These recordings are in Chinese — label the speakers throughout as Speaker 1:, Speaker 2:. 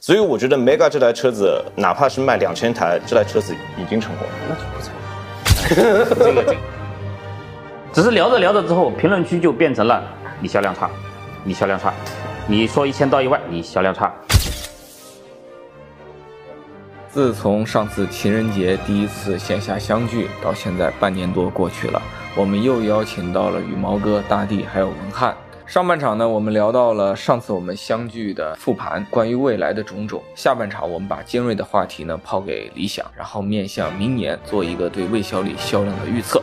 Speaker 1: 所以我觉得 Mega 这台车子，哪怕是卖两千台，这台车子已经成功了。
Speaker 2: 那就不错。这个这个，只是聊着聊着之后，评论区就变成了你销量差，你销量差，你说一千到一万，你销量差。
Speaker 3: 自从上次情人节第一次线下相聚到现在半年多过去了，我们又邀请到了羽毛哥、大地还有文翰。上半场呢，我们聊到了上次我们相聚的复盘，关于未来的种种。下半场我们把尖锐的话题呢抛给理想，然后面向明年做一个对魏小李销量的预测。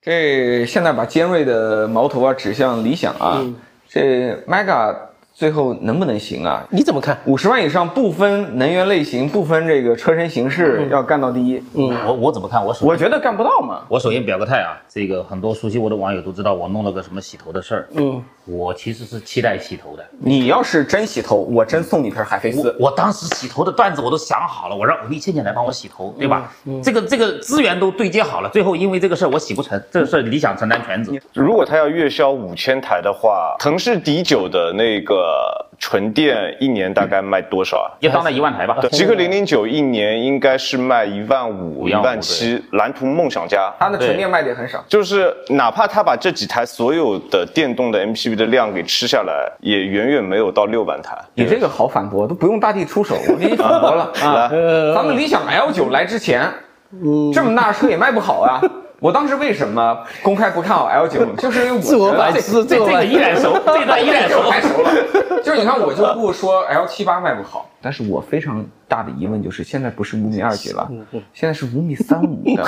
Speaker 3: 这现在把尖锐的矛头啊指向理想啊，这 Mega 最后能不能行啊？
Speaker 4: 你怎么看？
Speaker 3: 五十万以上不分能源类型，不分这个车身形式，
Speaker 4: 嗯
Speaker 3: 要干到第一。
Speaker 2: 我我怎么嗯看？我首
Speaker 3: 我觉得干不到嘛。
Speaker 2: 我首先表个态啊，这个很多熟悉我的网友都知道我弄了个什么洗头的事儿。嗯，我其实是期待洗头的。
Speaker 3: 你要是真洗头，我真送你瓶海飞丝。
Speaker 2: 我当时洗头的段子我都想好了，我哎让武力倩倩来帮我洗头，对吧？这个这个资源都对接好了，最后因为这个事儿我洗不成，这个事儿理想承担全责。
Speaker 1: 如果它要月销五千台的话，腾势 D 9的那个纯电一年大概卖多少啊？
Speaker 2: 要当了一万台吧。
Speaker 1: 对，极氪零零九一年应该是卖一万五、一万七，蓝图梦想家。
Speaker 3: 它的纯电卖点很少。
Speaker 1: 就是哪怕它把这几台所有的电动的 MPV 的量给吃下来，也远远没有到六万台。
Speaker 3: 你这个好反驳，都不用大地出手，我给你反驳了啊！咱们理想 L 9来之前，
Speaker 4: 嗯
Speaker 3: 这么大车也卖不好啊！我当时为什么公开不看好 L 9就是因为我
Speaker 4: 自我
Speaker 3: 觉得
Speaker 4: 反
Speaker 3: 这
Speaker 4: 思，自
Speaker 2: 这
Speaker 4: 我
Speaker 2: 这个
Speaker 4: 反
Speaker 2: 依
Speaker 4: 思。
Speaker 2: 然 熟，这段依然熟。
Speaker 3: 太熟了。就是你看，我就不说 L 7 8卖不好，但是我非常大的疑问就是，现在不是五米二几
Speaker 4: 嗯
Speaker 3: 了，现在是五米三 五的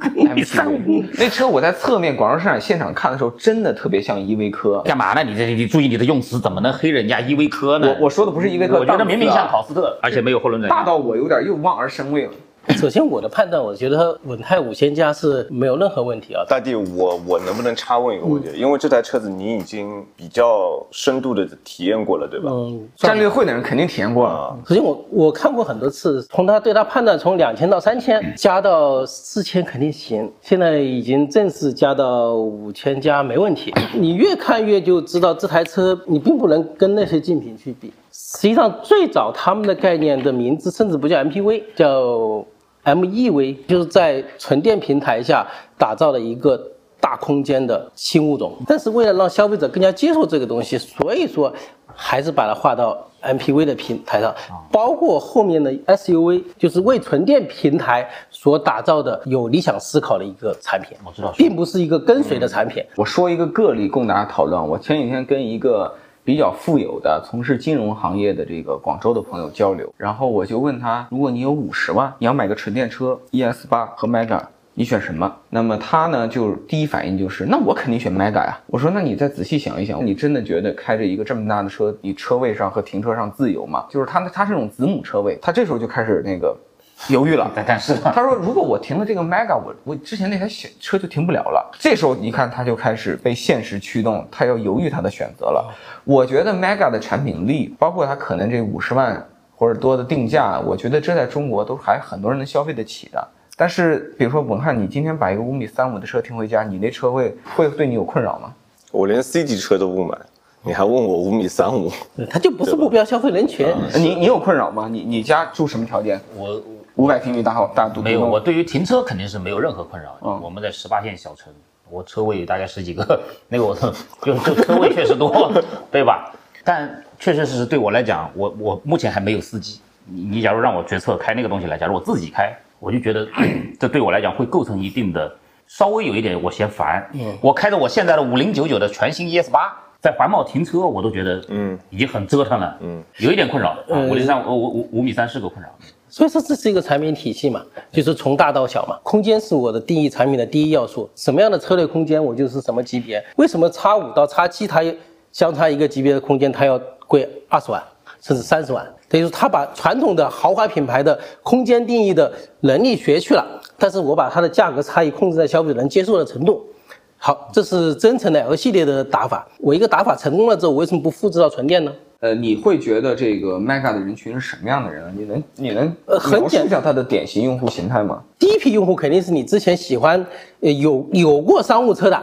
Speaker 3: MPV。那 车我在侧面广州车展现场看的时候，真的特别像依维柯。
Speaker 2: 干嘛呢？你这你注意你的用词，怎么能黑人家依维柯呢？
Speaker 3: 我我说的不是依维柯，
Speaker 2: 我觉得
Speaker 3: 档次啊
Speaker 2: 明明像考斯特，而且没有后轮转
Speaker 3: 大
Speaker 2: 向。
Speaker 3: 到我有点又望而生畏了。
Speaker 4: 首先我的判断，我觉得稳泰五千加是没有任何问题啊。
Speaker 1: 大地，我我能不能插问一个问题？因为这台车子你已经比较深度的体验过了，对吧？
Speaker 4: 嗯，
Speaker 3: 战略会的人肯定体验过了。
Speaker 4: 首先我我看过很多次，从他对他判断从两千到三千加到四千肯定行，现在已经正式加到五千加没问题。你越看越就知道这台车你并不能跟那些竞品去比。实际上最早他们的概念的名字甚至不叫 MPV，叫 MEV，就是在纯电平台下打造了一个大空间的新物种。但是为了让消费者更加接受这个东西，所以说还是把它划到 MPV 的平台上，
Speaker 2: 啊
Speaker 4: 包括后面的 SUV，就是为纯电平台所打造的有理想思考的一个产品。
Speaker 2: 我知道
Speaker 4: 并不是一个跟随的产品。
Speaker 3: 我说一个个例供大家讨论。我前几天跟一个比较富有的从事金融行业的这个广州的朋友交流，然后我就问他，如果你有五十万，你要买个纯电车 ES 八和 Mega，你选什么？那么他呢，就第一反应就是，那我肯定选 Mega 呀。我说，那你再仔细想一想，你真的觉得开着一个这么大的车，你车位上和停车上自由吗？就是他，他是那种子母车位，他这时候就开始那个犹豫了。
Speaker 2: 但但是呢，
Speaker 3: 他说：“如果我停了这个 Mega，我我之前那台小车就停不了了。”这时候你看，他就开始被现实驱动，他要犹豫他的选择了。我觉得 Mega 的产品力，包括它可能这五十万或者多的定价，我觉得这在中国都还很多人能消费得起的。但是，比如说文翰，你今天把一个五米三五的车停回家，你那车位会对你有困扰吗？
Speaker 1: 我连 C 级车都不买，你还问我五米三五？
Speaker 2: 嗯
Speaker 4: 对它就不是目标消费人群。
Speaker 3: 你你有困扰吗？你你家住什么条件？
Speaker 2: 我
Speaker 3: 五百平米大好大独
Speaker 2: 没有，
Speaker 3: 栋
Speaker 2: 我对于停车肯定是没有任何困扰。我们在十八线小城，我车位大概十几个，那个我 是就就车位确实多，对吧？但确确实实对我来讲，我我目前还没有司机。你你假如让我决策开那个东西来，假如我自己开，我就觉得 这对我来讲会构成一定的稍微有一点我嫌烦。我开着我现在的五零九九的全新 ES 八。在环贸停车，我都觉得，嗯，已经很折腾了，嗯，有一点困扰。五零三，我我五五米三是个困扰。
Speaker 4: 所以说这是一个产品体系嘛，就是从大到小嘛。空间是我的定义产品的第一要素，什么样的车内空间我就是什么级别。为什么叉五到叉七它相差一个级别的空间它要贵二十万甚至三十万？等于说它把传统的豪华品牌的空间定义的能力学去了，但是我把它的价格差异控制在消费者能接受的程度。好，这是真诚的 L 系列的打法。我一个打法成功了之后，我为什么不复制到纯电呢？
Speaker 3: 呃，你会觉得这个 Mega 的人群是什么样的人啊？你能你能
Speaker 4: 呃很
Speaker 3: 描述
Speaker 4: 简
Speaker 3: 一下他的典型用户形态吗？
Speaker 4: 第一批用户肯定是你之前喜欢，呃，有有过商务车的，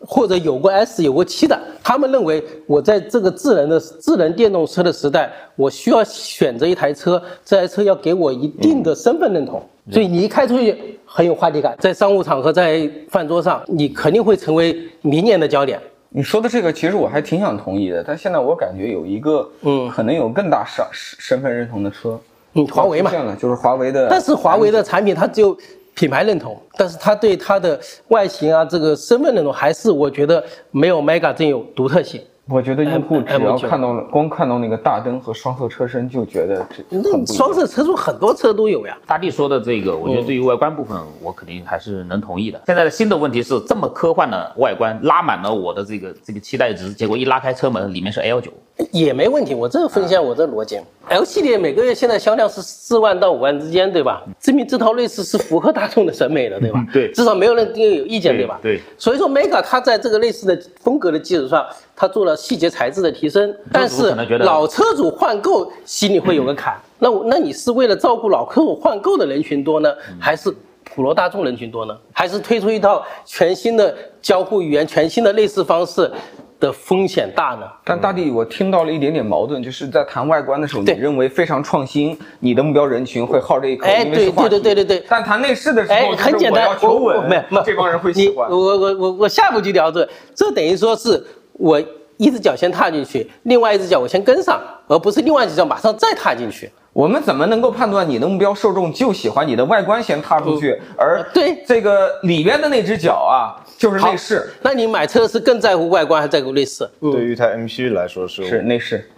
Speaker 4: 或者有过 S 有过七的，他们认为我在这个智能的智能电动车的时代，我需要选择一台车，这台车要给我一定的身份认同。所以你一开出去很有话题感，在商务场合、在饭桌上，你肯定会成为明年的焦点。
Speaker 3: 你说的这个，其实我还挺想同意的，但现在我感觉有一个，
Speaker 4: 嗯
Speaker 3: 可能有更大身身份认同的车，
Speaker 4: 嗯，华为嘛
Speaker 3: 出，现了就是华为的，
Speaker 4: 但是华为的产品它只有品牌认同，但是它对它的外形啊、这个身份认同，还是我觉得没有 Mega 真有独特性。
Speaker 3: 我觉得用户
Speaker 4: M-
Speaker 3: 只要
Speaker 4: M9
Speaker 3: 看到了光看到那个大灯和双色车身，就觉得这很
Speaker 4: 那
Speaker 3: 不一样
Speaker 4: 双色车主很多车都有呀，
Speaker 2: 大地说的这个，我觉得对于外观部分，我肯定还是能同意的。现在的新的问题是，这么科幻的外观拉满了我的这个这个期待值，结果一拉开车门，里面是 L 九，
Speaker 4: 也没问题。我这分析
Speaker 2: 嗯
Speaker 4: 一下我这逻辑，L 系列每个月现在销量是四万到五万之间，对吧？证明这套内饰是符合大众的审美的，对吧？
Speaker 2: 嗯对
Speaker 4: 至少没有人对你有意见，对吧？
Speaker 2: 对，
Speaker 4: 所以说，Mega 它在这个类似的风格的基础上，它做了细节材质的提升，但是
Speaker 2: 可能觉得嗯
Speaker 4: 老车主换购心里会有个坎。那我那你是为了照顾老客户换购的人群多呢，
Speaker 2: 嗯
Speaker 4: 还是普罗大众人群多呢？还是推出一套全新的交互语言、全新的类似方式的风险大呢？
Speaker 3: 但大地，我听到了一点点矛盾，就是在谈外观的时候，你
Speaker 4: 对
Speaker 3: 认为非常创新，你的目标人群会好这一口，
Speaker 4: 哎
Speaker 3: 因为是话题
Speaker 4: 对对对对对
Speaker 3: 但谈内饰的时
Speaker 4: 哎
Speaker 3: 候，，
Speaker 4: 很简
Speaker 3: 就是
Speaker 4: 单
Speaker 3: 我要，求
Speaker 4: 我
Speaker 3: 稳，
Speaker 4: 我没有没有，
Speaker 3: 这帮人会
Speaker 4: 你
Speaker 3: 喜欢
Speaker 4: 我。我我我下步就聊这，这等于说是我一只脚先踏进去，另外一只脚我先跟上，而不是另外一只脚马上再踏进去。
Speaker 3: 我们怎么能够判断你的目标受众就喜欢你的外观先踏出去，而
Speaker 4: 嗯呃对
Speaker 3: 这个里边的那只脚啊，就是内饰，
Speaker 4: 那你买车是更在乎外观还是在乎内饰？
Speaker 1: 对于一台 MPV 来说是
Speaker 3: 是内饰。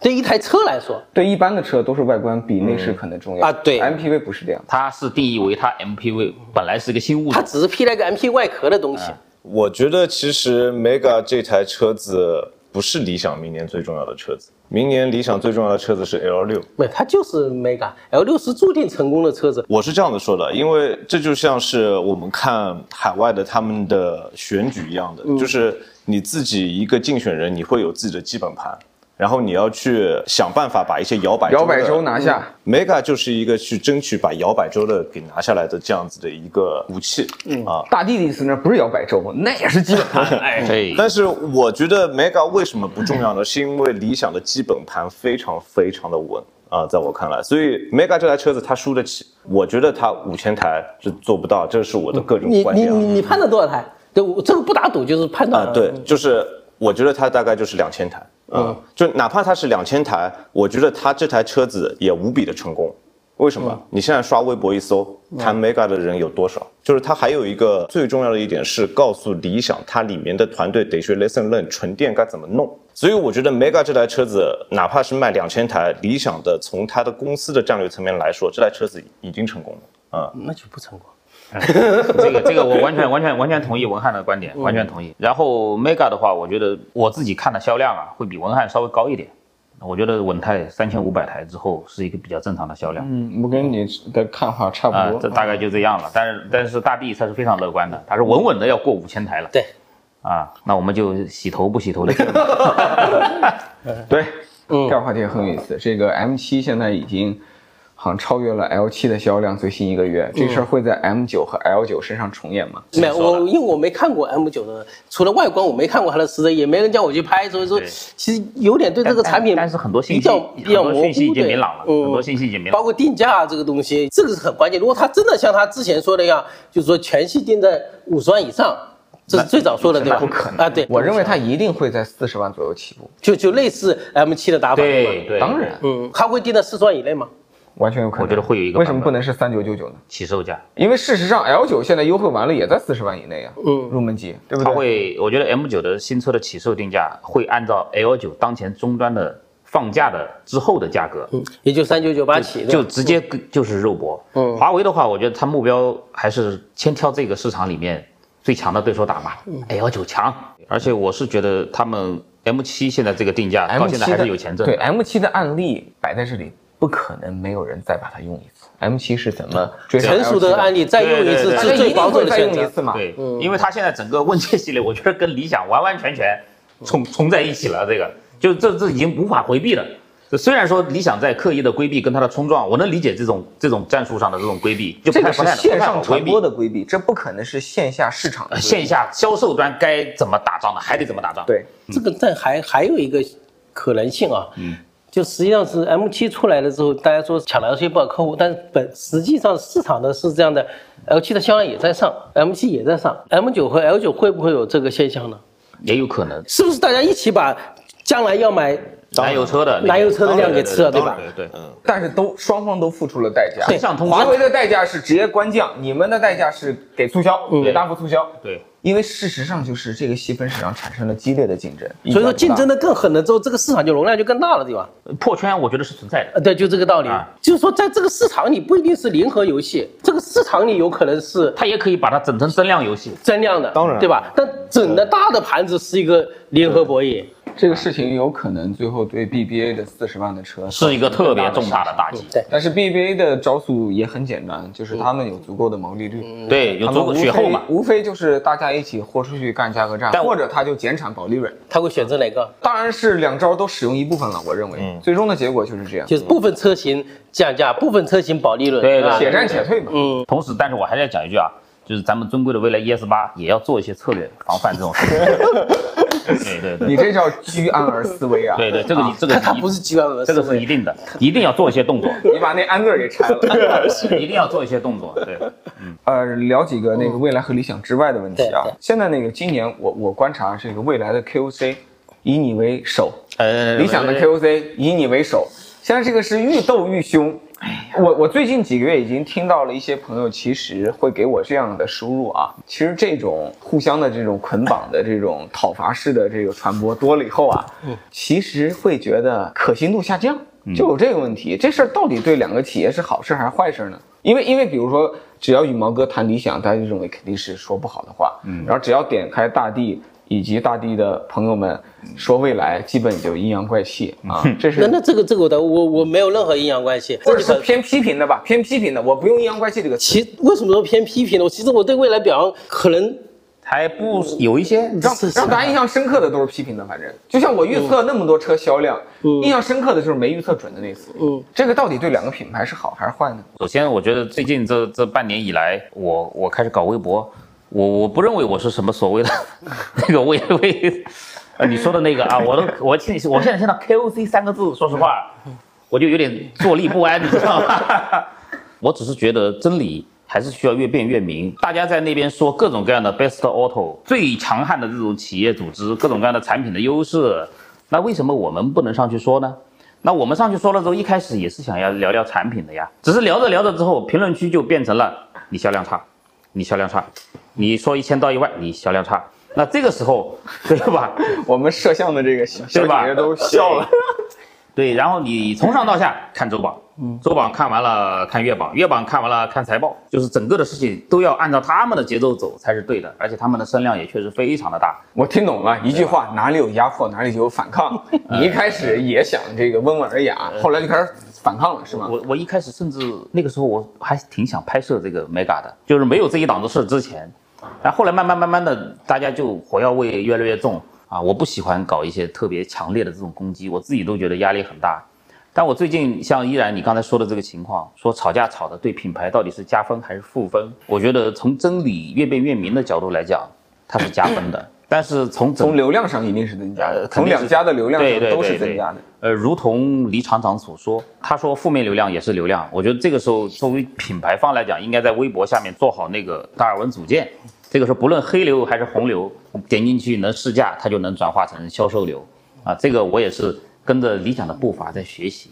Speaker 4: 对一台车来说，
Speaker 3: 对一般的车都是外观比内饰可能重要
Speaker 4: 啊对
Speaker 3: ，MPV 不是这样。
Speaker 2: 它是定义为它 MPV 本来是个新物
Speaker 4: 它
Speaker 2: 种，
Speaker 4: 只是披了一个 MP 外壳的东
Speaker 3: 嗯
Speaker 4: 西。
Speaker 1: 我觉得其实 Mega 这台车子不是理想明年最重要的车子，明年理想最重要的车子是 L 六。
Speaker 4: 不，它就是 Mega L 六十注定成功的车子，
Speaker 1: 我是这样子说的，因为这就像是我们看海外的他们的选举一样
Speaker 3: 嗯
Speaker 1: 的，就是你自己一个竞选人，你会有自己的基本盘，然后你要去想办法把一些摇摆
Speaker 3: 摇摆
Speaker 1: 的嗯
Speaker 3: 州拿下，
Speaker 1: Mega 就是一个去争取把摇摆州的给拿下来的这样子的一个武器，嗯啊，
Speaker 3: 大地的意思呢，不是摇摆州，那也是基本 盘。
Speaker 2: 哎， 对，
Speaker 1: 但是我觉得 Mega 为什么不重要呢？是因为理想的基本盘非常非常的稳啊、在我看来，所以 Mega 这台车子它输得起，我觉得它五千台是做不到，这是我的各种
Speaker 4: 你
Speaker 1: 观
Speaker 4: 嗯你
Speaker 1: 点
Speaker 4: 你
Speaker 1: 啊
Speaker 3: 嗯
Speaker 4: 你判断多少台？对，我这个不打赌就是判断
Speaker 1: 啊、对，就是我觉得它大概就是两千台，嗯，就哪怕它是两千台，我觉得它这台车子也无比的成功。为什么？你现在刷微博一搜，谈 Mega 的人有多少？就是它还有一个最重要的一点是告诉理想，它里面的团队得学 Lesson Learn 纯电该怎么弄。所以我觉得 Mega 这台车子，哪怕是卖两千台，理想的从它的公司的战略层面来说，这台车子已经成功了。
Speaker 4: 那就不成功。
Speaker 2: 这个这个我完全完全完全同意文翰的观点，完全同意。然后 Mega 的话，我觉得我自己看的销量啊，会比文翰稍微高一点。我觉得稳态三千五百台之后是一个比较正常的销量。
Speaker 3: 嗯，我跟你的看法差
Speaker 2: 啊、
Speaker 3: 不
Speaker 2: 这
Speaker 3: 多。
Speaker 2: 大概就这样了。但是但是大地他是非常乐观的，他是稳稳的要过五千台了。
Speaker 4: 对，
Speaker 2: 啊，那我们就洗头不洗头的哦
Speaker 3: 对，
Speaker 4: 嗯
Speaker 3: 这个话题也很有意思。这个 M 7现在已经好像超越了 L 7的销量，最新一个
Speaker 2: 嗯
Speaker 3: 月，这事儿会在 M 9和 L 9身上重演吗？
Speaker 4: 没有，我因为我没看过 M 九的，除了外观我没看过它的实车，也没人叫我去拍，所以说
Speaker 2: 对
Speaker 4: 其实有点 对这个
Speaker 2: 但
Speaker 4: 产品
Speaker 2: 但但是很多信息
Speaker 4: 比较
Speaker 2: 很
Speaker 4: 比较
Speaker 2: 多
Speaker 4: 模糊
Speaker 2: 信息已经
Speaker 4: 对
Speaker 2: 明朗了
Speaker 4: 嗯
Speaker 2: 很多信息已经明朗
Speaker 4: 包括定价这个东西，这个是很关键。如果它真的像他之前说的一样，就是说全系定在五十万以上，这是最早说的对吧？
Speaker 2: 那不可能
Speaker 4: 啊！对，
Speaker 3: 我认为它一定会在四十万左右起步，
Speaker 4: 就就类似 M 七的打法，
Speaker 2: 对对，
Speaker 3: 当然
Speaker 2: 对
Speaker 4: 嗯，它会定在四十万以内吗？
Speaker 3: 完全有可能。
Speaker 2: 我觉得会有一个
Speaker 3: 为什么
Speaker 2: 版本
Speaker 3: 不能是三九九九呢？
Speaker 2: 起售价，
Speaker 3: 因为事实上 L 9现在优惠完了也在四十万以内啊，
Speaker 4: 嗯
Speaker 3: 入门级，对不
Speaker 2: 它
Speaker 3: 对？
Speaker 2: 会，我觉得 M 9的新车的起售定价会按照 L 9当前终端的放价的之后的价格，
Speaker 4: 嗯，也就三九九八起，对
Speaker 2: 就
Speaker 4: 吧
Speaker 2: 直接跟就是肉搏。
Speaker 4: 嗯
Speaker 2: 华为的话，我觉得它目标还是先挑这个市场里面最强的对手打嘛。L
Speaker 3: 嗯
Speaker 2: 9强，而且我是觉得他们 M 7现在这个定价
Speaker 3: M
Speaker 2: 到现在
Speaker 3: 7
Speaker 2: 还
Speaker 3: 的
Speaker 2: 是有钱挣的。
Speaker 3: 对 M 7的案例摆在这里，不可能没有人再把它用一次。M 7是怎么追上
Speaker 4: 成熟
Speaker 3: L7
Speaker 4: 的案例再用一
Speaker 2: 对
Speaker 4: 次
Speaker 2: 对对
Speaker 4: 是最保守的
Speaker 3: 再
Speaker 4: 选
Speaker 3: 用一
Speaker 4: 择。
Speaker 3: 次嘛？
Speaker 2: 对，因为它现在整个问界系列，我觉得跟理想完完全全冲冲在一起了，这个就这这已经无法回避了。就虽然说理想在刻意的规避跟它的冲撞，我能理解这种这种战术上的这种规避，就不
Speaker 3: 这
Speaker 2: 太
Speaker 3: 个是
Speaker 2: 不太不
Speaker 3: 线
Speaker 2: 太好
Speaker 3: 上
Speaker 2: 规
Speaker 3: 传
Speaker 2: 避
Speaker 3: 播。的规避，这不可能是线下市场的
Speaker 2: 呃
Speaker 3: 规避
Speaker 2: 线下销售端该怎么打仗的，还得怎么打仗。，
Speaker 3: 对
Speaker 4: 这个但还还有一个可能性啊，嗯，就实际上是 M 7出来了之后，大家说抢了 L 7不少客户，但是本实际上市场的是这样的，L 7的销量也在上，M 7也在上，M 9和 L 9会不会有这个现象呢？
Speaker 2: 也有可能。
Speaker 4: 是不是大家一起把将来要买
Speaker 2: 燃油车的那个嗯
Speaker 4: 燃油车的量给吃了，对
Speaker 1: 当然
Speaker 4: 吧？
Speaker 2: 对对，
Speaker 3: 但是都双方都付出了代价。
Speaker 4: 对
Speaker 2: 上通
Speaker 3: 华
Speaker 2: 话
Speaker 3: 为的代价是直接官降，你们的代价是给促销，
Speaker 2: 嗯
Speaker 3: 给大幅促销。
Speaker 2: 对，
Speaker 3: 因为事实上就是这个细分市场产生了激烈的竞争，
Speaker 4: 所以说竞争
Speaker 3: 的
Speaker 4: 的更狠了之后，这个市场就容量就更大了，对吧？
Speaker 2: 破圈我觉得是存在的。
Speaker 4: 呃，对，就这个道理
Speaker 2: 啊。
Speaker 4: 就是说，在这个市场里不一定是零和游戏，这个市场里有可能是
Speaker 2: 它也可以把它整成增量游戏。
Speaker 4: 增量的，
Speaker 1: 当然
Speaker 4: 对吧？但整的大的盘子是一个零和博弈，
Speaker 3: 这
Speaker 2: 嗯
Speaker 3: 个事情有可能最后对 BBA 的四十万的车
Speaker 2: 是一个特别重大的打击。
Speaker 4: 对。
Speaker 3: 但是 BBA 的招数也很简单，就是他们有足够的毛利率，
Speaker 2: 对，嗯有
Speaker 3: 他
Speaker 2: 足
Speaker 3: 们
Speaker 2: 够
Speaker 3: 无
Speaker 2: 血
Speaker 3: 非
Speaker 2: 厚嘛。
Speaker 3: 无非就是大家一起豁出去干价格战，
Speaker 2: 但我
Speaker 3: 或者他就减产保利润。
Speaker 4: 他会选择哪个？
Speaker 3: 当然是两招都使用一部分了，我认为、最终的结果就是这样，
Speaker 4: 就是部分车型降价，部分车型保利润，
Speaker 2: 对
Speaker 4: 吧
Speaker 2: 对
Speaker 3: 且战且退嘛。
Speaker 2: 呃同时，但是我还是要讲一句啊，就是咱们尊贵的未来 ES 八也要做一些策略防范这种 事情。对对对
Speaker 3: 你这叫居安而思危啊！
Speaker 2: 对对，这个你这个
Speaker 4: 他
Speaker 2: 是
Speaker 4: 他
Speaker 2: 一
Speaker 4: 不是基本上
Speaker 2: 这个是一定的，一定要做一些 动作，
Speaker 3: 你把那安字儿给拆了。
Speaker 2: 一定要做一些动作。对，
Speaker 3: 呃，聊几个那个未来和理想之外的问题啊
Speaker 4: 嗯对对。
Speaker 3: 现在那个今年我我观察这个未来的 KOC，以你为首，
Speaker 2: 呃
Speaker 3: 理想的 KOC 以你为首。现在这个是愈斗愈凶。我我最近几个月已经听到了一些朋友，其实会给我这样的输入啊。其实这种互相的这种捆绑的这种讨伐式的这个传播多了以后啊，其实会觉得可信度下降，就有这个问题。这事儿到底对两个企业是好事还是坏事呢？因为因为比如说，只要羽毛哥谈理想，大家就认为肯定是说不好的话，嗯，然后只要点开大地。以及大地的朋友们说未来基本就阴阳怪气啊，这是
Speaker 4: 那那这个这个我的我我没有任何阴阳关系，
Speaker 3: 或者
Speaker 4: 这
Speaker 3: 是
Speaker 4: 个
Speaker 3: 偏批评的吧，偏批评的，我不用阴阳怪 气这个词。
Speaker 4: 其为什么说偏批评呢？我其实我对未来表扬可能
Speaker 2: 还不有一些
Speaker 3: 让
Speaker 4: 是是
Speaker 3: 让大家印象深刻的都是批评的，反正就像我预
Speaker 4: 嗯
Speaker 3: 测那么多车销量，印象深刻的就是没预测准的那次。
Speaker 4: 嗯，
Speaker 3: 这个到底对两个品牌是好还是坏呢？
Speaker 2: 首先，我觉得最近这这半年以来，我我开始搞微博，我我不认为我是什么所谓的那个微微，呃，你说的那个啊，我都我现我现在听到 KOC 三个字，说实话，我就有点坐立不安，你知道吗？ 我只是觉得真理还是需要越辩越明。大家在那边说各种各样的 best auto 最强悍的这种企业组织，各种各样的产品的优势，那为什么我们不能上去说呢？那我们上去说了之后，一开始也是想要聊聊产品的呀，只是聊着聊着之后，评论区就变成了你销量差，你销量差，你说一千到一万，你销量差。那这个时候，对吧？
Speaker 3: 我们摄像的这个小小
Speaker 2: 对吧
Speaker 3: 姐姐 都笑了。
Speaker 2: 对，然后你从上到下看周榜，周榜看完了看月榜，月榜看完了看财报，就是整个的事情都要按照他们的节奏走才是对的，而且他们的声量也确实非常的大。
Speaker 3: 我听懂了一句话，哪里有压迫，哪里就有 反抗。你一开始也想这个温文尔雅，后来就开始反抗了，是吗？
Speaker 2: 嗯我我一开始甚至那个时候我还挺想拍摄这个 mega 的，就是没有这一档子事之前，然后后来慢慢慢慢的，大家就火药味越来越重啊！我不喜欢搞一些特别强烈的这种攻击，我自己都觉得压力很大。但我最近像依然你刚才说的这个情况，说吵架吵的对品牌到底是加分还是负分？我觉得从真理越辩越明的角度来讲，它是加分的。但是从整
Speaker 3: 从流量上一定是增加的，
Speaker 2: 呃
Speaker 3: 从
Speaker 2: 肯定是
Speaker 3: 两家的流量
Speaker 2: 对
Speaker 3: 上
Speaker 2: 对
Speaker 3: 都是
Speaker 2: 对
Speaker 3: 增
Speaker 2: 对
Speaker 3: 加的。。
Speaker 2: 呃，如同李厂长所说，他说负面流量也是流量。我觉得这个时候作为品牌方来讲，应该在微博下面做好那个达尔文组件。这个时候不论黑流还是红流，点进去能试驾，它就能转化成销售流。啊，这个我也是跟着理想的步伐在学习，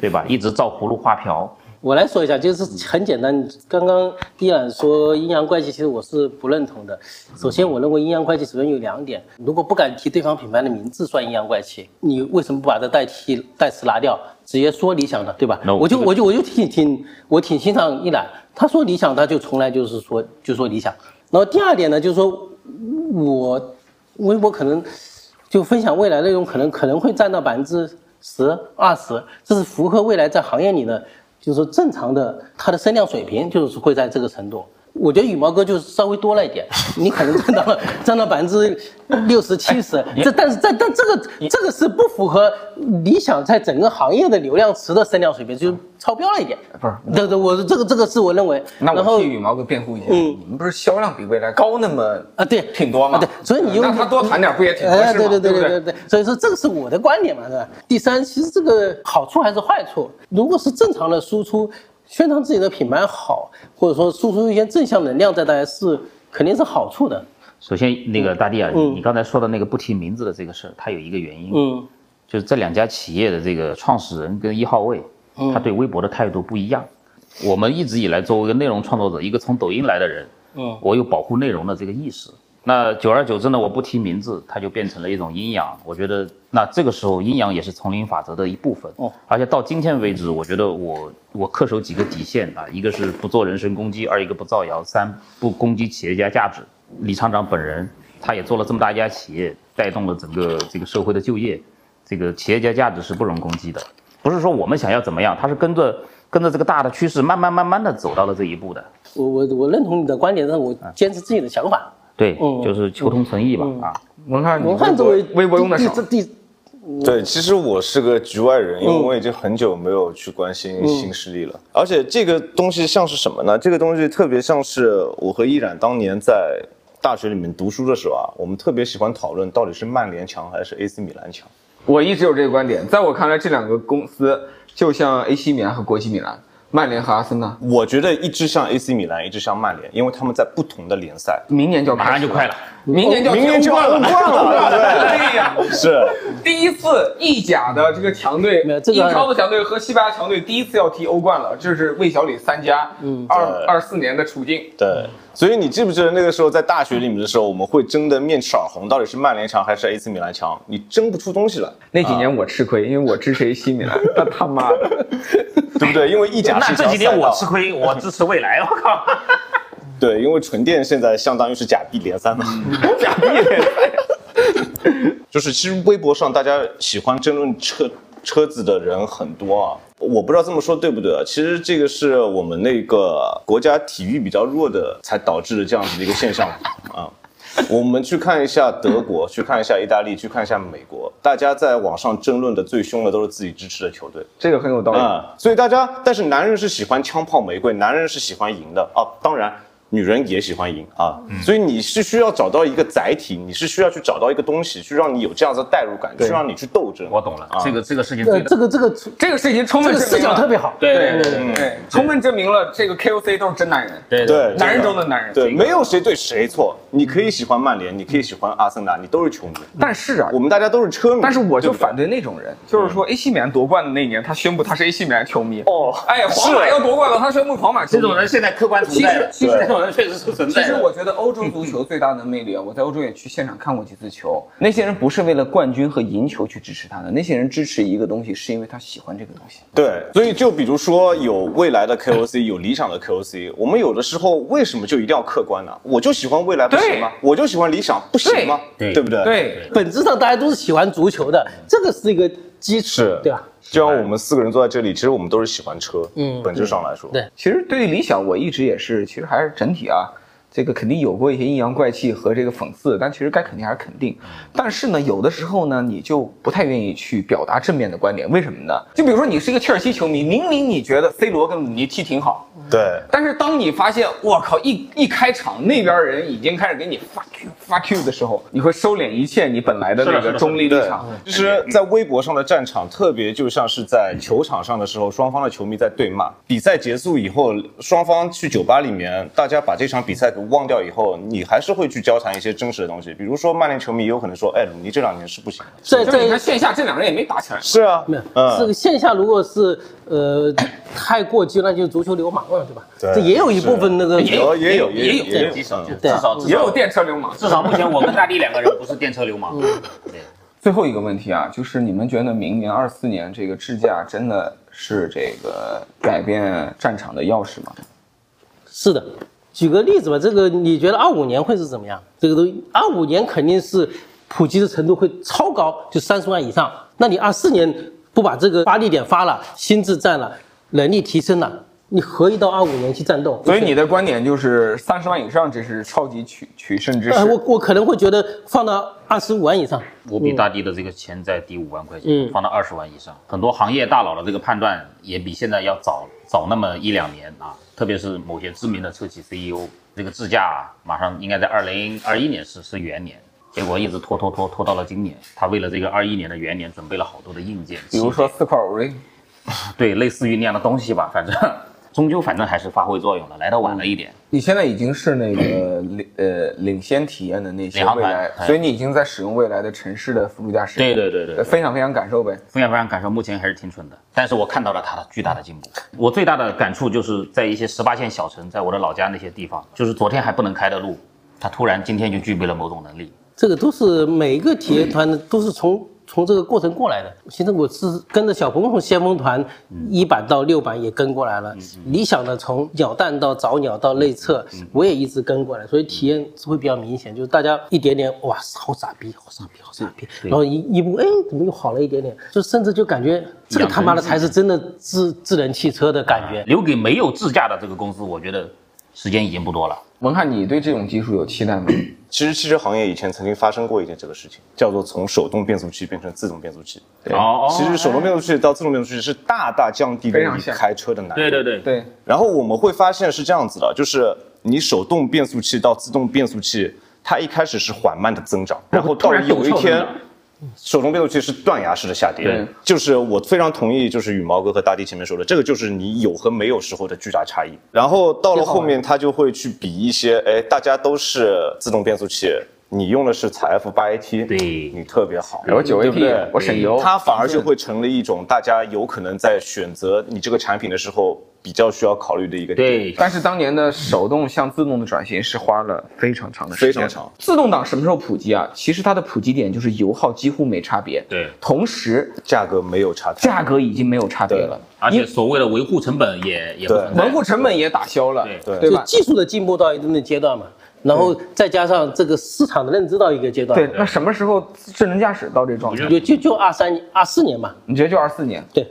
Speaker 2: 对吧？一直照葫芦画瓢。
Speaker 4: 我来说一下，就是
Speaker 2: 嗯
Speaker 4: 很简单。刚刚依然说阴阳怪气，其实我是不认同的。首先，我认为阴阳怪气首先有两点：如果不敢提对方品牌的名字，算阴阳怪气。你为什么不把这代替代词拿掉，直接说理想的，对吧
Speaker 2: No，
Speaker 4: 我就
Speaker 2: 这个
Speaker 4: 我就我就挺挺我挺欣赏一览，他说理想，他就从来就是说就说理想。然后第二点呢，就是说我微博可能就分享未来内容，可能可能会占到百分之十、二十，这是符合未来在行业里的，就是说正常的它的声量水平，就是会在这个程度。我觉得羽毛哥就稍微多了一点，你可能占到了占到百分之六十 七十，这但是但但这个这个是不符合理想在整个行业的流量池的声量水平，就是超标了一点。
Speaker 3: 不是，
Speaker 4: 对对，我这个这个是我认为。
Speaker 3: 那
Speaker 4: 然后
Speaker 3: 我
Speaker 4: 嗯
Speaker 3: 替羽毛哥辩护一下，你们不是销量比未来高那么
Speaker 4: 啊对
Speaker 3: 挺多吗？
Speaker 4: 啊对所以你用
Speaker 3: 那他多谈点不也挺合适吗？
Speaker 4: 哎，对对
Speaker 3: 对
Speaker 4: 对
Speaker 3: 不
Speaker 4: 对对对，所以说这个是我的观点嘛，是吧？第三，其实这个好处还是坏处，如果是正常的输出，宣传自己的品牌好，或者说输出一些正向能量在大家是肯定是好处的，
Speaker 2: 首先，那个大地啊，
Speaker 3: 嗯
Speaker 2: 你你刚才说的那个不提名字的这个事儿，它有一个原因，
Speaker 4: 嗯
Speaker 2: 就是这两家企业的这个创始人跟一号位，
Speaker 3: 嗯
Speaker 2: 他对微博的态度不一样。我们一直以来作为一个内容创作者，一个从抖音来的人，
Speaker 4: 嗯，
Speaker 2: 我有保护内容的这个意识。那久而久之呢，我不提名字，它就变成了一种阴阳。我觉得，那这个时候阴阳也是丛林法则的一部分。
Speaker 4: 哦，
Speaker 2: 而且到今天为止，我觉得我我恪守几个底线啊，一个是不做人身攻击，二一个不造谣，三不攻击企业家价值。李厂长本人他也做了这么大一家企业，带动了整个这个社会的就业，这个企业家价值是不容攻击的。不是说我们想要怎么样，他是跟着跟着这个大的趋势，慢慢慢慢的走到了这一步的。
Speaker 4: 我我我认同你的观点，但是我
Speaker 3: 啊
Speaker 4: 坚持自己的想法。
Speaker 2: 对，
Speaker 4: 嗯
Speaker 2: 就是求同存异吧、啊。
Speaker 3: 文翰，你
Speaker 4: 文翰
Speaker 3: 微博
Speaker 4: 作为
Speaker 3: 嗯微博用的
Speaker 4: 第
Speaker 3: 少
Speaker 4: 第，第
Speaker 1: 对，其实我是个局外人，因
Speaker 2: 嗯
Speaker 1: 为我已经很久没有去关心新势力了。而且这个东西像是什么呢？这个东西特别像是我和依然当年在大学里面读书的时候啊，我们特别喜欢讨论到底是曼联强还是 AC 米兰强。
Speaker 3: 我一直有这个观点。在我看来，这两个公司就像 AC 米兰和国际米兰，曼联和阿森纳，
Speaker 1: 我觉得一支像 AC 米兰，一支像曼联，因为他们在不同的联赛。
Speaker 3: 明年就要
Speaker 2: 马上就快了，
Speaker 3: 明年
Speaker 4: 哦
Speaker 3: 就要
Speaker 1: 明年就
Speaker 3: 欧
Speaker 1: 要
Speaker 3: 冠
Speaker 1: 欧冠 了
Speaker 3: 了，对呀。
Speaker 1: 是，
Speaker 3: 第一次意甲的这个强队
Speaker 4: 没有，这个
Speaker 3: 英超的强队和西班牙强队第一次要踢欧冠了，这是魏小李三家
Speaker 4: 嗯
Speaker 3: 二
Speaker 1: 对
Speaker 3: 二四年的处境。
Speaker 1: 对。所以你记不记得那个时候在大学里面的时候，我们会争得面赤耳红，到底是曼联强还是 AC 米兰强？你争不出东西来，
Speaker 3: 那几年我吃亏，因为我支持 AC 米兰，那他妈的，
Speaker 1: 对不对？因为意甲是
Speaker 2: 那
Speaker 1: 一
Speaker 2: 这
Speaker 1: 条
Speaker 2: 几年
Speaker 1: 赛
Speaker 2: 我
Speaker 1: 道啊
Speaker 2: 吃亏，我支持未来，我靠。
Speaker 1: 对，因为纯电现在相当于是假币联赛嘛，
Speaker 3: 假币联赛。
Speaker 1: 就是其实微博上大家喜欢争论车车子的人很多啊，我不知道这么说对不对啊。其实这个是我们那个国家体育比较弱的，才导致了这样子的一个现象啊。我们去看一下德国，去看一下意大利，去看一下美国，大家在网上争论的最凶的都是自己支持的球队。
Speaker 3: 这个很有道
Speaker 4: 啊
Speaker 3: 理。
Speaker 1: 嗯，所以大家，但是男人是喜欢枪炮玫瑰，男人是喜欢赢的啊，当然女人也喜欢赢啊，所以你是需要找到一个载体，你是需要去找到一个东西，去让你有这样子的代入感，去让你去斗争。
Speaker 2: 我懂了，
Speaker 1: 啊
Speaker 2: 这个这个事情
Speaker 4: 呃
Speaker 2: 最大
Speaker 4: 这个这个
Speaker 3: 这个事情充
Speaker 4: 这
Speaker 3: 分
Speaker 4: 个
Speaker 3: 证
Speaker 4: 视
Speaker 3: 明
Speaker 4: 角特
Speaker 3: 了，
Speaker 4: 别好，
Speaker 2: 对
Speaker 3: 对对对，充分证明了这个 KOC 都是真男人，
Speaker 2: 对
Speaker 1: 对，
Speaker 3: 男人中的男人。
Speaker 1: 对，没有谁对谁错，你可以喜欢曼联，你可以喜欢阿森纳，你都是球迷，
Speaker 3: 但是啊
Speaker 1: 我，们大家都是车迷。
Speaker 3: 但是我就
Speaker 1: 对不对
Speaker 3: 反对那种人，就是说 AC 米兰夺冠的那年，他宣布他是 AC 米兰球迷。
Speaker 1: 哦
Speaker 3: 哎，皇马要夺冠了，他宣布皇马球
Speaker 2: 这
Speaker 3: 迷
Speaker 2: 种。人现在客观存在的，
Speaker 3: 其实
Speaker 1: 其实
Speaker 2: 这种人确实是存
Speaker 3: 其
Speaker 2: 在的。
Speaker 3: 实我觉得欧洲足球最大的魅力啊，我在欧洲也去现场看过几次球。那些人不是为了冠军和赢球去支持他的，那些人支持一个东西是因为他喜欢这个东西。
Speaker 1: 对，所以就比如说有未来的 KOC，有 理想的 KOC，我们有的时候为什么就一定要客观呢？我就喜欢未来不行吗？我就喜欢理想不行吗？
Speaker 2: 对
Speaker 1: 对不对？，
Speaker 3: 对，
Speaker 4: 本质上大家都是喜欢足球的，这个是一个基础
Speaker 1: 是，
Speaker 4: 对吧？
Speaker 1: 就像我们四个人坐在这里，其实我们都是喜欢车，嗯，本质上来说，
Speaker 4: 对
Speaker 3: 其实对于理想，我一直也是，其实还是整体啊，这个肯定有过一些阴阳怪气和这个讽刺，但其实该肯定还是肯定。
Speaker 2: 嗯
Speaker 3: 但是呢，有的时候呢，你就不太愿意去表达正面的观点，为什么呢？就比如说你是一个切尔西球迷，明明你觉得 C 罗跟鲁尼踢挺好，
Speaker 1: 对
Speaker 3: 但是当你发现我靠一一开场那边人已经开始给你 fuck you fuck you 的时候，你会收敛一切你本来的那
Speaker 2: 是的是
Speaker 3: 个
Speaker 2: 的
Speaker 3: 中立立
Speaker 1: 对
Speaker 3: 场。，
Speaker 1: 其实，在微博上的战场，特别就像是在球场上的时候，双方的球迷在对骂。比赛结束以后，双方去酒吧里面，大家把这场比赛给忘掉以后，你还是会去交谈一些真实的东西，比如说曼联球迷也有可能说，哎，鲁尼这两年是不行的。
Speaker 4: 在
Speaker 3: 就是你看
Speaker 4: 在
Speaker 3: 线下这两人也没打起来，
Speaker 1: 是啊，
Speaker 4: 没有，这个
Speaker 1: 嗯，
Speaker 4: 线下如果是呃太过激，那就是足球流氓了，对吧？
Speaker 1: 对
Speaker 4: 这也有一部分那个
Speaker 1: 也有也有
Speaker 2: 也有
Speaker 1: 也有
Speaker 2: 至少
Speaker 1: 嗯
Speaker 2: 至
Speaker 4: 对
Speaker 2: 少至
Speaker 3: 也有
Speaker 2: 少
Speaker 3: 电车流氓。
Speaker 2: 至少目前我跟大力两个人不是电车流氓。对，
Speaker 3: 最后一个问题啊，就是你们觉得明年二四年这个智驾真的是这个改变战场的钥匙吗？
Speaker 4: 是的，举个例子吧，这个你觉得二五年会是怎么样？这个东西，二五年肯定是普及的程度会超高，就三十万以上。那你二四年不把这个发力点发了，心智占了，能力提升了，你合一到二五年去战斗。
Speaker 3: 所以你的观点就是三十万以上这是超级取取胜之
Speaker 4: 呃，我
Speaker 3: 势。
Speaker 4: 我可能会觉得放到二十五万以上，
Speaker 2: 我比大地的这个钱再低五万块钱，
Speaker 4: 嗯
Speaker 2: 放到二十万以上，很多行业大佬的这个判断也比现在要早早那么一两年啊，特别是某些知名的车企 CEO，这个自驾、啊、马上应该在二零二一年是是元年，结果一直拖拖拖拖到了今年，他为了这个二一年的元年准备了好多的硬件，
Speaker 3: 比如说四块五零，
Speaker 2: 对类似于那样的东西吧，反正 终究反正还是发挥作用了，来的晚了一点，
Speaker 3: 你现在已经是那个领呃领先体验的那些
Speaker 2: 领航
Speaker 3: 未
Speaker 2: 团
Speaker 3: 来，
Speaker 2: 哎
Speaker 3: 所以你已经在使用未来的城市的辅助驾驶。
Speaker 2: 对对对对
Speaker 3: 呃，分享分享感受呗。
Speaker 2: 风险不让感受目前还是挺蠢的，但是我看到了它的巨大的进步。我最大的感触就是在一些十八线小城，在我的老家那些地方，就是昨天还不能开的路，它突然今天就具备了某种能力。
Speaker 4: 这个都是每一个企业团的都是从从这个过程过来的。其实我是跟着小鹏从先锋团
Speaker 3: 嗯
Speaker 4: 一版到六版也跟过来了，理想的从鸟蛋到早鸟到内测，
Speaker 3: 嗯
Speaker 4: 我也一直跟过来，所以体验是会比较明显，就是大家一点点哇，好傻逼，好傻逼，好傻逼，然后一一步哎，怎么又好了一点点，就甚至就感觉这个他妈的才是真的智智能汽车的感
Speaker 3: 啊
Speaker 4: 觉。
Speaker 2: 留给没有自驾的这个公司，我觉得时间已经不多了。
Speaker 3: 文翰，你对这种技术有期待吗？
Speaker 1: 其实汽车行业以前曾经发生过一件这个事情，叫做从手动变速器变成自动变速器。对
Speaker 2: 哦哦
Speaker 1: 其实手动变速器到自动变速器是大大降低了
Speaker 3: 非常
Speaker 1: 你
Speaker 3: 像
Speaker 1: 开车的难度。
Speaker 2: 对对，
Speaker 3: 对，
Speaker 1: 然后我们会发现是这样子的，就是你手动变速器到自动变速器，它一开始是缓慢的增长，然后到了有一
Speaker 2: 突然陡
Speaker 1: 天
Speaker 2: 峭增长，
Speaker 1: 手动变速器是断崖式的下跌
Speaker 2: 对。
Speaker 1: 就是我非常同意，就是羽毛哥和大地前面说的，这个就是你有和没有时候的巨大差异。然后到了后面，他就会去比一些，哎，大家都是自动变速器。你用的是 4F 八 AT，
Speaker 2: 对
Speaker 1: 你特别好。
Speaker 3: 我九
Speaker 1: 对不对
Speaker 3: AT，我省油。
Speaker 1: 它反而就会成了一种大家有可能在选择你这个产品的时候比较需要考虑的一个点。
Speaker 2: 对，
Speaker 3: 但是当年的手动向自动的转型是花了非常长的时间。
Speaker 1: 非常长。
Speaker 3: 自动挡什么时候普及啊？其实它的普及点就是油耗几乎没差别。
Speaker 2: 对
Speaker 3: 同时
Speaker 1: 价格没有差太多。
Speaker 3: 价格已经没有差别了，
Speaker 2: 而且所谓的维护成本也也不
Speaker 1: 对
Speaker 2: 存在
Speaker 3: 维护成本也打消了，
Speaker 2: 对
Speaker 1: 对
Speaker 3: 对
Speaker 4: 就
Speaker 3: 吧？
Speaker 4: 技术的进步到一定的阶段嘛，然后再加上这个市场的认知到一个阶段，
Speaker 3: 对，那什么时候智能驾驶到这状态？
Speaker 4: 就就就二三二四年嘛，
Speaker 3: 你觉得就二四年
Speaker 4: 对，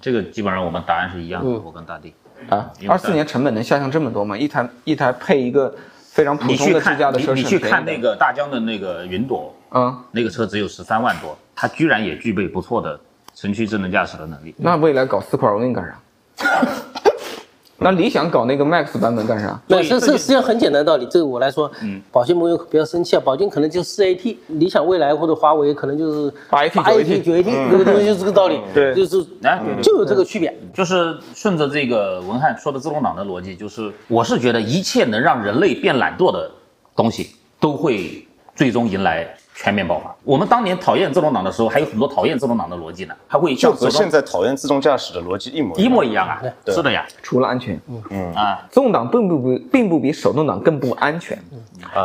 Speaker 2: 这个基本上我们答案是一样的，
Speaker 3: 嗯
Speaker 2: 我跟大地。
Speaker 3: 啊？
Speaker 2: 因为
Speaker 3: 二四年成本能下降这么多吗？一台一台配一个非常普
Speaker 2: 你
Speaker 3: 通
Speaker 2: 去
Speaker 3: 的
Speaker 2: 看
Speaker 3: 自驾的
Speaker 2: 你
Speaker 3: 车是
Speaker 2: 你
Speaker 3: 很
Speaker 2: 去
Speaker 3: 便宜
Speaker 2: 看
Speaker 3: 的
Speaker 2: 那个大疆的那个云朵，
Speaker 3: 嗯，
Speaker 2: 那个车只有十三万多，它居然也具备不错的城区智能驾驶的能力。
Speaker 3: 那未来搞四块我给你干啥？ 那理想搞那个 Max 版本干啥？
Speaker 4: 那
Speaker 2: 对
Speaker 4: 这
Speaker 2: 这
Speaker 4: 这
Speaker 2: 就
Speaker 4: 实际上很简单道理，这个我来说，
Speaker 3: 嗯
Speaker 4: 宝骏朋友不要生气啊，宝骏可能就四 AT，理想未来或者华为可能就是
Speaker 3: 八 AT
Speaker 4: 八 AT 九
Speaker 3: 嗯
Speaker 4: AT，这个东西就是这个道理，
Speaker 3: 对
Speaker 4: 就是
Speaker 3: 嗯
Speaker 4: 嗯
Speaker 2: 哎对对
Speaker 4: 就有这个区别，
Speaker 2: 就是顺着这个文翰说的自动挡的逻辑，就是我是觉得一切能让人类变懒惰的东西，都会最终迎来全面爆发。我们当年讨厌自动挡的时候，还有很多讨厌自动挡的逻辑呢，还会
Speaker 1: 就
Speaker 2: 像
Speaker 1: 和
Speaker 2: 手动
Speaker 1: 现在讨厌自动驾驶的逻辑一模
Speaker 2: 一模
Speaker 1: 样。
Speaker 2: 一样啊。
Speaker 1: 对
Speaker 2: 是的呀，
Speaker 3: 除了安全，
Speaker 4: 嗯
Speaker 2: 啊，
Speaker 3: 自动挡并不比并不比手动挡更不安全。
Speaker 4: 嗯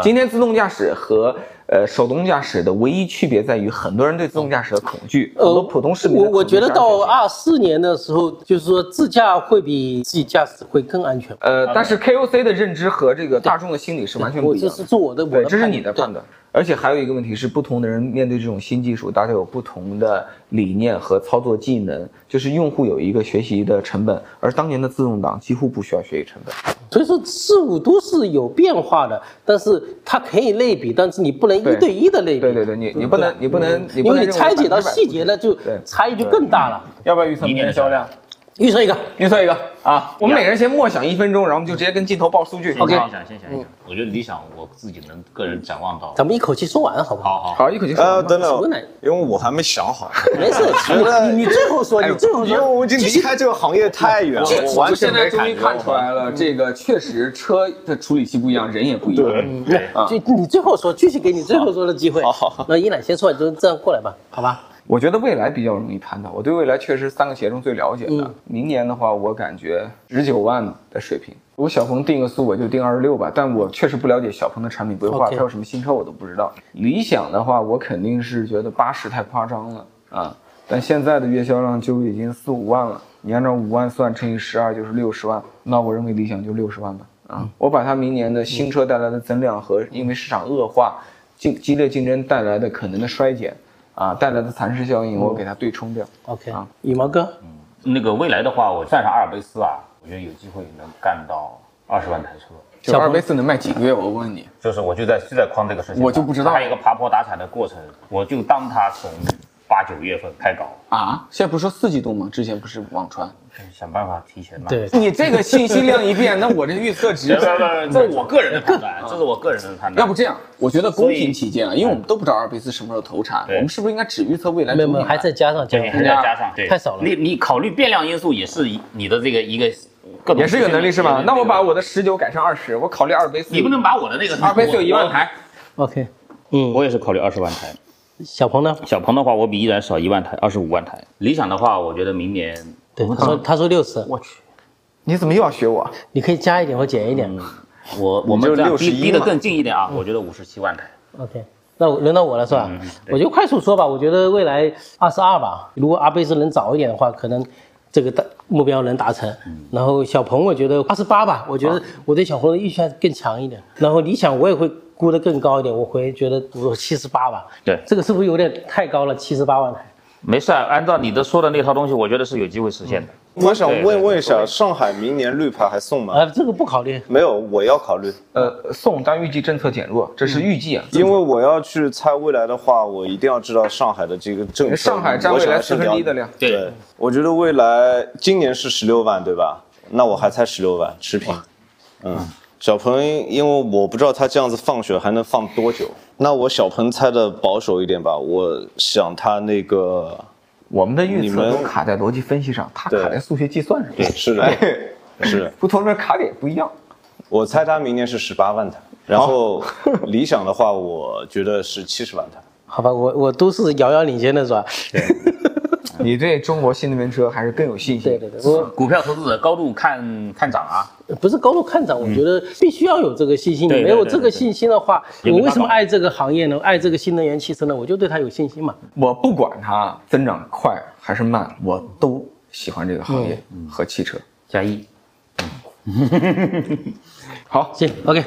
Speaker 3: 今天自动驾驶和呃手动驾驶的唯一区别在于，很多人对自动驾驶的恐惧，很多普通市民的
Speaker 4: 呃我我
Speaker 3: 恐惧
Speaker 4: 觉得
Speaker 3: 是安全
Speaker 4: 到
Speaker 3: 性
Speaker 4: 二四年的时候，就是说自驾会比自己驾驶会更安全。
Speaker 3: 呃，但是 KOC 的认知和这个大众的心理是完全不
Speaker 4: 我
Speaker 3: 一
Speaker 4: 这
Speaker 3: 样
Speaker 4: 是
Speaker 3: 的。
Speaker 4: 做我的，我
Speaker 3: 对，
Speaker 4: 的
Speaker 3: 这是
Speaker 4: 判
Speaker 3: 你的
Speaker 4: 断
Speaker 3: 判
Speaker 4: 对
Speaker 3: 断。而且还有一个问题是，不同的人面对这种新技术，大家有不同的理念和操作技能，就是用户有一个学习的成本，而当年的自动挡几乎不需要学习成本。
Speaker 4: 所以说事物都是有变化的，但是它可以类比，但是你不能一对一的类比。
Speaker 3: 对
Speaker 4: 嗯
Speaker 3: 对对，你你不能你不能你
Speaker 4: 因
Speaker 3: 不能
Speaker 4: 为
Speaker 3: 认
Speaker 4: 你
Speaker 3: 为
Speaker 4: 拆解到
Speaker 3: 100%
Speaker 4: 细节了，就
Speaker 3: 对
Speaker 4: 差异就更大了。
Speaker 3: 要不要预测明年的销量？
Speaker 4: 预测一个，
Speaker 3: 预测一嗯个啊！我们每个人先默想一分钟，然后我们就直接跟镜头报数据。
Speaker 2: 先想一想，先想一想。我觉得理想，我自己能个人展望到。
Speaker 4: 咱们一口气说完好不好？
Speaker 2: 好好，
Speaker 3: 好，一口气说
Speaker 1: 呃，
Speaker 3: 完吧。
Speaker 1: 等
Speaker 4: 什么
Speaker 1: 等
Speaker 4: 呢，
Speaker 1: 因为我还没想好，
Speaker 4: 没事， 你你最后说，
Speaker 3: 哎
Speaker 4: 你最后
Speaker 1: 因为
Speaker 4: 说。
Speaker 1: 我已经离开这个行业太远了，我
Speaker 3: 我
Speaker 1: 完全
Speaker 3: 现在
Speaker 1: 没
Speaker 3: 终于
Speaker 1: 感
Speaker 3: 看
Speaker 1: 觉。
Speaker 3: 出来了，这个确实车的处理器不一样，人也不一样。啊
Speaker 4: 就你最后说，继续给你最后说的机会。
Speaker 1: 好好好
Speaker 4: 那一揽先说，你就这样过来吧，好吧？
Speaker 3: 我觉得未来比较容易判断，我对未来确实三个鞋中最了解的。明年的话，我感觉十九万的水平。我小鹏定个速，我就定二十六吧。但我确实不了解小鹏的产品规划，
Speaker 4: OK
Speaker 3: 它有什么新车我都不知道。理想的话，我肯定是觉得八十太夸张了啊，但现在的月销量就已经四五万了，你按照五万算乘以十二就是六十万，那我认为理想就六十万吧。啊，我把它明年的新车带来的增量和因为市场恶化、竞激烈竞争带来的可能的衰减啊带来的蚕嗯食效应，我给它对冲掉。
Speaker 4: OK，
Speaker 3: 啊
Speaker 4: 羽毛哥，
Speaker 2: 那个未来的话，我算上阿尔卑斯啊，我觉得有机会能干到二十万台车。
Speaker 3: 就二 V 四能卖几个月？我问你，
Speaker 2: 就是我就在就在框这个事情，
Speaker 3: 我就不知道
Speaker 2: 它还有一个爬坡打铲的过程，我就当它从八九月份开搞，
Speaker 3: 啊，现在不是说四季度吗？之前不是网传？
Speaker 2: 想办法提前嘛。
Speaker 4: 对，
Speaker 3: 你这个信息量一变，那我这预 测值
Speaker 2: 别，别别，这是我个人的判断，这是我个人的判断。
Speaker 3: 要不这样，我觉得公
Speaker 2: 所以
Speaker 3: 平起见啊，因为我们都不知道二 V 四什么时候投产，
Speaker 2: 对
Speaker 3: 我们是不是应该只预测未来
Speaker 4: 没
Speaker 3: 九
Speaker 4: 有没
Speaker 3: 年
Speaker 4: 有，还
Speaker 3: 啊？
Speaker 4: 再加上加
Speaker 2: 对，你还是
Speaker 4: 上，
Speaker 2: 要加上，对，
Speaker 4: 太少了
Speaker 2: 你你考虑变量因素也是一你的这个一个各种
Speaker 3: 也是有能力是
Speaker 2: 对
Speaker 3: 吗？
Speaker 2: 对
Speaker 3: 那我
Speaker 2: 对
Speaker 3: 把我的十九改成二十，我考虑二 V 四，
Speaker 2: 你不能把我的那个
Speaker 3: 二 V 四有一万台，
Speaker 4: OK，嗯，
Speaker 2: 我也是考虑二十万台。
Speaker 4: 小鹏呢？
Speaker 2: 小鹏的话，我比依然少一万台，二十五万台。理想的话，我觉得明年
Speaker 4: 对，他说他说六十，
Speaker 2: 我去，
Speaker 3: 嗯你怎么又要学我？
Speaker 4: 你可以加一点或减一点。
Speaker 2: 我我们
Speaker 1: 就
Speaker 2: 这样
Speaker 1: 61
Speaker 2: 逼逼得
Speaker 1: 嘛
Speaker 2: 更近一点啊，我觉得五十七万台。
Speaker 4: OK，那我轮到我了是吧？
Speaker 2: 嗯对
Speaker 4: 我就快速说吧，我觉得未来二十二吧，如果阿贝斯能早一点的话，可能这个大目标能达成。
Speaker 2: 嗯
Speaker 4: 然后小鹏，我觉得二十八吧，我觉得我对小鹏的预期还更强一点。然后理想我也会估得更高一点，我会觉得我七十八吧。
Speaker 2: 对
Speaker 4: 这个是不是有点太高了？七十八万台。
Speaker 2: 没事儿，按照你的说的那套东西，我觉得是有机会实现的。
Speaker 1: 我想
Speaker 2: 对对
Speaker 1: 问问一下，上海明年绿牌还送吗？
Speaker 4: 呃，这个不考虑。
Speaker 1: 没有，我要考虑，
Speaker 3: 呃，送，但预计政策减弱，这是预计啊。
Speaker 1: 因为我要去猜未来的话，我一定要知道上海的这个政策。
Speaker 3: 上海占
Speaker 1: 我
Speaker 3: 未
Speaker 1: 想
Speaker 3: 来
Speaker 1: 要
Speaker 3: 十
Speaker 1: 去
Speaker 3: 分
Speaker 1: 了
Speaker 3: 之一
Speaker 1: 解
Speaker 3: 的量，
Speaker 1: 对，我觉得未来今年是十六万，对吧？那我还猜十六万持平。嗯，小鹏，因为我不知道他这样子放血还能放多久，那我小鹏猜的保守一点吧，我想他那个，
Speaker 3: 我们的预测
Speaker 1: 你
Speaker 3: 都
Speaker 1: 们
Speaker 3: 卡在逻辑分析上，它
Speaker 1: 对
Speaker 3: 卡在数学计算上。
Speaker 1: 对，是的， 是的，
Speaker 3: 不同人卡点不一样。
Speaker 1: 我猜他明年是十八万台，然后理想的话，我觉得是七十万台。
Speaker 4: 好吧，我我都是遥遥领先的是吧？
Speaker 3: 你对中国新能源车还是更有信心。
Speaker 4: 对对对，我
Speaker 2: 股票投资者高度看看涨啊，
Speaker 4: 呃不是高度看涨，我觉得必须要有这个信心。
Speaker 2: 嗯对
Speaker 4: 你
Speaker 2: 对
Speaker 4: 没有这个信心的话，
Speaker 2: 对对对
Speaker 4: 我为什么爱这个行业呢？爱这个新能源汽车呢？我就对它有信心嘛。
Speaker 3: 我不管它增长快还是慢，我都喜欢这个行
Speaker 4: 嗯
Speaker 3: 业和汽车。
Speaker 2: 加一。
Speaker 3: 好，
Speaker 4: 行，OK，